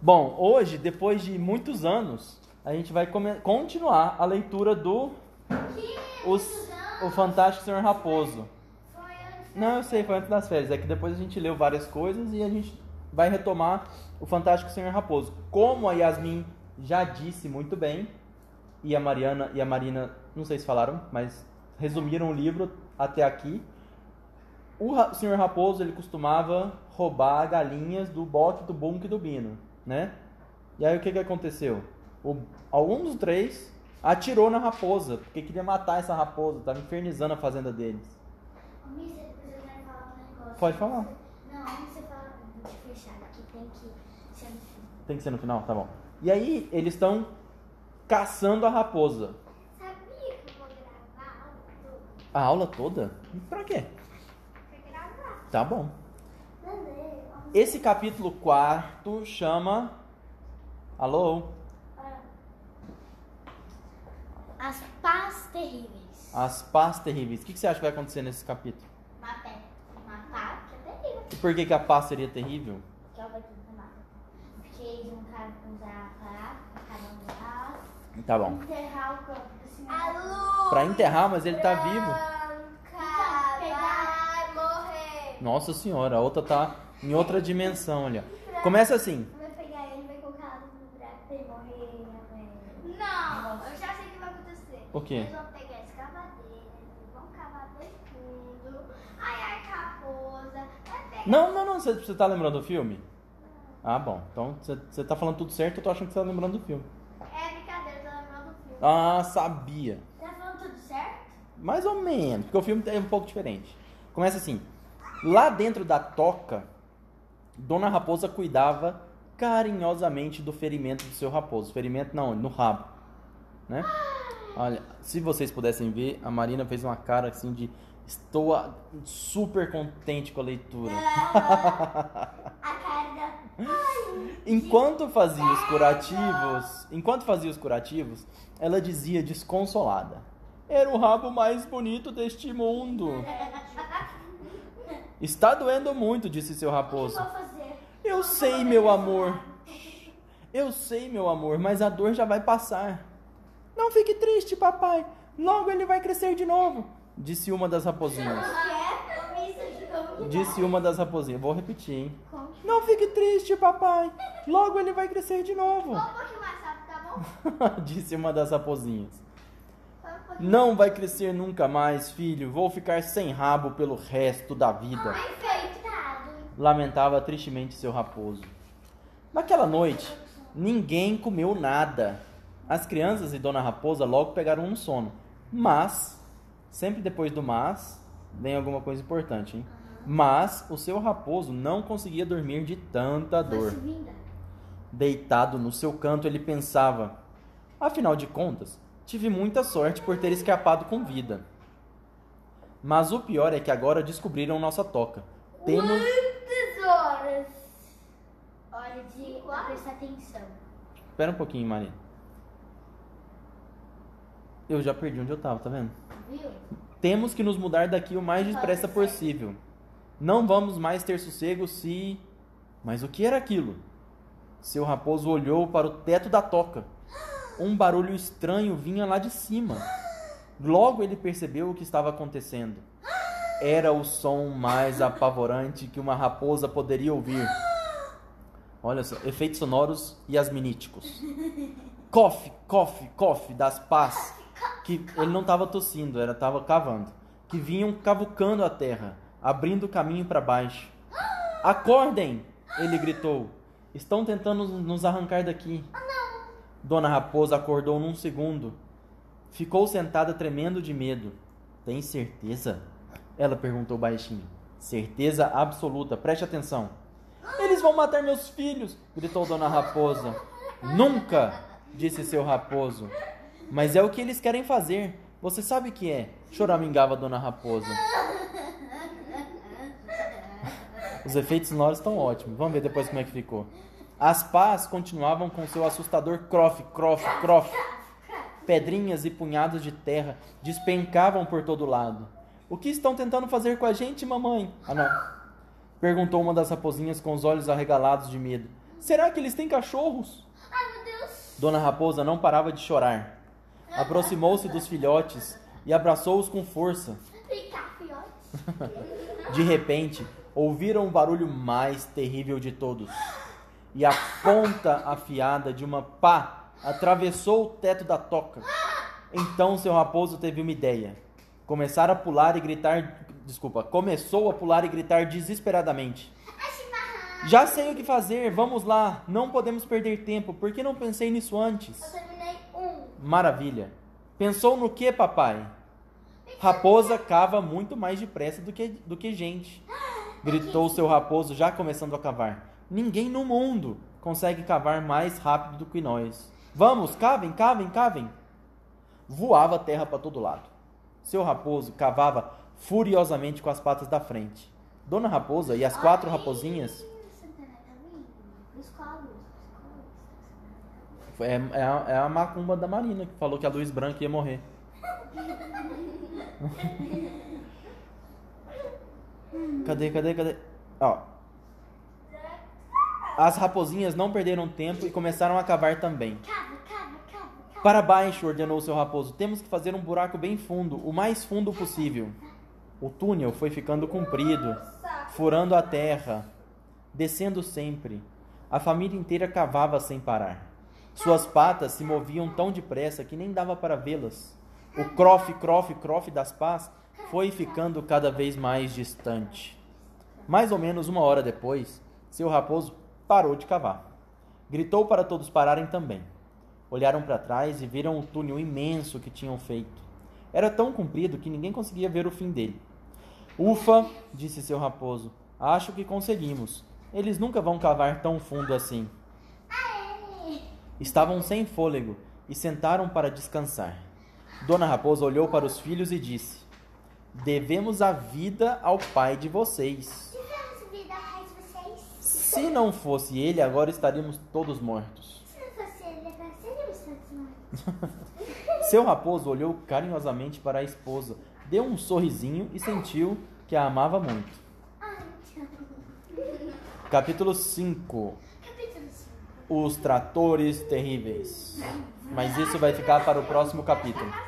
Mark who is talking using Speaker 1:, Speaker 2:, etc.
Speaker 1: Bom, hoje, depois de muitos anos, a gente vai come- continuar a leitura do os, o Fantástico Senhor Raposo.
Speaker 2: Foi antes.
Speaker 1: Não, eu sei, foi antes das férias. É que depois a gente leu várias coisas e a gente vai retomar o Fantástico Senhor Raposo. Como a Yasmin já disse muito bem, e a Mariana e a Marina, não sei se falaram, mas resumiram o livro até aqui. O Ra- Senhor Raposo, ele costumava roubar galinhas do Boque, do Bunk e do Bino, né? E aí o que que aconteceu? O, algum dos três atirou na raposa, porque queria matar essa raposa, tava infernizando a fazenda deles.
Speaker 2: Ô, Missa, depois eu quero falar um negócio.
Speaker 1: Pode falar.
Speaker 2: Não, antes você fala, eu vou te fechar aqui, tem que ser no fim.
Speaker 1: Tem que ser no final? Tá bom. E aí, eles estão caçando a raposa.
Speaker 2: Sabia que eu vou gravar algo do-
Speaker 1: A aula toda? Pra quê?
Speaker 2: pra gravar?
Speaker 1: Tá bom.
Speaker 2: Mandei, ó.
Speaker 1: Esse capítulo quarto chama. Alô?
Speaker 2: Ah. As pás terríveis.
Speaker 1: As pás terríveis. O que que você acha que vai acontecer nesse capítulo?
Speaker 2: Uma pé, uma pá que é terrível.
Speaker 1: E por que, que a paz seria terrível?
Speaker 2: Que é eu vou te tomar. Porque eles não cabem usar a pá, cada um delas.
Speaker 1: Tá bom.
Speaker 2: Enterrar o corpo do senhor. A luz!
Speaker 1: Pra enterrar, mas ele tá vivo.
Speaker 2: Então, pegar. morrer.
Speaker 1: Nossa senhora, a outra tá em outra dimensão ali. ó. Começa assim.
Speaker 2: Vai pegar ele, vai colocar ela no buraco pra ele morrer. né?
Speaker 3: Não, eu já sei o que vai acontecer.
Speaker 1: O quê?
Speaker 3: Eles vão pegar a escavadeira, eles vão cavar bem fundo, aí a raposa vai pegar.
Speaker 1: Não, não, não. Você, você tá lembrando do filme? Ah, bom. Então você, você tá falando tudo certo, eu tô achando que você tá lembrando do filme.
Speaker 3: É brincadeira, tô lembrando do filme.
Speaker 1: Ah, sabia.
Speaker 3: Tá falando tudo certo?
Speaker 1: Mais ou menos, porque o filme é um pouco diferente. Começa assim: lá dentro da toca, Dona Raposa cuidava carinhosamente do ferimento do seu raposo. Ferimento não, no rabo, né? Olha, se vocês pudessem ver, a Marina fez uma cara assim de estou a- super contente com a leitura.
Speaker 2: A cara da
Speaker 1: Enquanto fazia os curativos, enquanto fazia os curativos, ela dizia desconsolada: "Era o rabo mais bonito deste mundo."
Speaker 3: É.
Speaker 1: Está doendo muito, disse seu raposo.
Speaker 2: vou fazer.
Speaker 1: Eu sei, meu amor. Eu sei, meu amor, mas a dor já vai passar. Não fique triste, papai. Logo ele vai crescer de novo, disse uma das raposinhas. Disse uma das raposinhas. Vou repetir, hein?
Speaker 2: tá. Como que
Speaker 1: Não fique triste, papai. Logo ele vai crescer de novo,
Speaker 3: Só um pouquinho mais rápido, tá bom?
Speaker 1: disse uma das raposinhas.
Speaker 3: Só um pouquinho.
Speaker 1: Não vai crescer nunca mais, filho. Vou ficar sem rabo pelo resto da vida.
Speaker 2: Coitado.
Speaker 1: lamentava tristemente seu raposo. Naquela noite, ninguém comeu nada. As crianças e Dona Raposa logo pegaram um sono. Mas, sempre depois do mas, vem alguma coisa importante, hein? Mas o seu raposo não conseguia dormir de tanta
Speaker 2: Foi
Speaker 1: dor.
Speaker 2: subindo.
Speaker 1: Deitado no seu canto, ele pensava: Afinal de contas, tive muita sorte por ter escapado com vida. Mas o pior é que agora descobriram nossa toca. Temos
Speaker 2: Quantas horas? Hora de prestar atenção.
Speaker 1: Espera um pouquinho, Maria. Eu já perdi onde eu tava, tá vendo?
Speaker 2: Viu?
Speaker 1: Temos que nos mudar daqui o mais depressa
Speaker 2: Pode ser.
Speaker 1: possível. Não vamos mais ter sossego se. Mas o que era aquilo? Seu raposo olhou para o teto da toca. Um barulho estranho vinha lá de cima. Logo ele percebeu o que estava acontecendo. Era o som mais apavorante que uma raposa poderia ouvir. Olha só, efeitos sonoros yasminíticos. Cof, cof, cof das pás. Que ele não estava tossindo, era estava cavando. Que vinham cavucando a terra, abrindo caminho para baixo. Acordem! Ele gritou. Estão tentando nos arrancar daqui. Dona Raposa acordou num segundo. Ficou sentada tremendo de medo. Tem certeza? Ela perguntou baixinho. Certeza absoluta, preste atenção. Eles vão matar meus filhos! gritou Dona Raposa. Nunca! disse seu raposo. Mas é o que eles querem fazer. Você sabe o que é? choramingava Dona Raposa. Os efeitos sonoros estão ótimos. Vamos ver depois como é que ficou. As pás continuavam com seu assustador crof, crof, crof. Pedrinhas e punhados de terra despencavam por todo lado. O que estão tentando fazer com a gente, mamãe? Ah, não. Perguntou uma das raposinhas com os olhos arregalados de medo. Será que eles têm cachorros?
Speaker 3: Ai, meu Deus.
Speaker 1: Dona Raposa não parava de chorar. Aproximou-se dos filhotes e abraçou-os com força.
Speaker 3: Vem cá, filhote.
Speaker 1: De repente, ouviram o barulho mais terrível de todos. E a ponta afiada de uma pá atravessou o teto da toca. Então seu raposo teve uma ideia. Começaram a pular e gritar. Desculpa, começou a pular e gritar desesperadamente. Já sei o que fazer, vamos lá, não podemos perder tempo, por que não pensei nisso antes?
Speaker 3: Eu terminei um.
Speaker 1: Maravilha. Pensou no que, papai? Raposa cava muito mais depressa do que, do que gente. Gritou seu raposo já começando a cavar. Ninguém no mundo consegue cavar mais rápido do que nós. Vamos, cavem, cavem, cavem. Voava terra para todo lado. Seu raposo cavava furiosamente com as patas da frente. Dona Raposa e as quatro raposinhas
Speaker 3: Santana tá vindo. Piscou a luz, piscou a luz. tá
Speaker 1: É, é a, é a macumba da Marina que falou que a luz branca ia morrer. cadê, cadê, cadê? Ó. As raposinhas não perderam tempo e começaram a cavar também.
Speaker 3: Cava, cava, cava, cava.
Speaker 1: Para baixo, ordenou seu raposo. Temos que fazer um buraco bem fundo, o mais fundo possível. O túnel foi ficando comprido, furando a terra, descendo sempre. A família inteira cavava sem parar. Suas patas se moviam tão depressa que nem dava para vê-las. O crof, crof, crof das pás foi ficando cada vez mais distante. Mais ou menos uma hora depois, seu raposo parou de cavar. Gritou para todos pararem também. Olharam para trás e viram o túnel imenso que tinham feito. Era tão comprido que ninguém conseguia ver o fim dele. Ufa, disse seu raposo, acho que conseguimos. Eles nunca vão cavar tão fundo assim. Estavam sem fôlego e sentaram para descansar. Dona Raposa olhou para os filhos e disse: Devemos a vida ao pai de vocês.
Speaker 3: Tivemos vida raiz vocês.
Speaker 1: Se não fosse ele, agora estaríamos todos mortos.
Speaker 3: Se não fosse ele, agora seríamos todos mortos.
Speaker 1: Seu raposo olhou carinhosamente para a esposa, deu um sorrisinho e sentiu que a amava muito.
Speaker 3: Ai, então.
Speaker 1: Capítulo 5:
Speaker 3: Capítulo 5.
Speaker 1: Os tratores terríveis. Mas isso vai ficar para o próximo capítulo.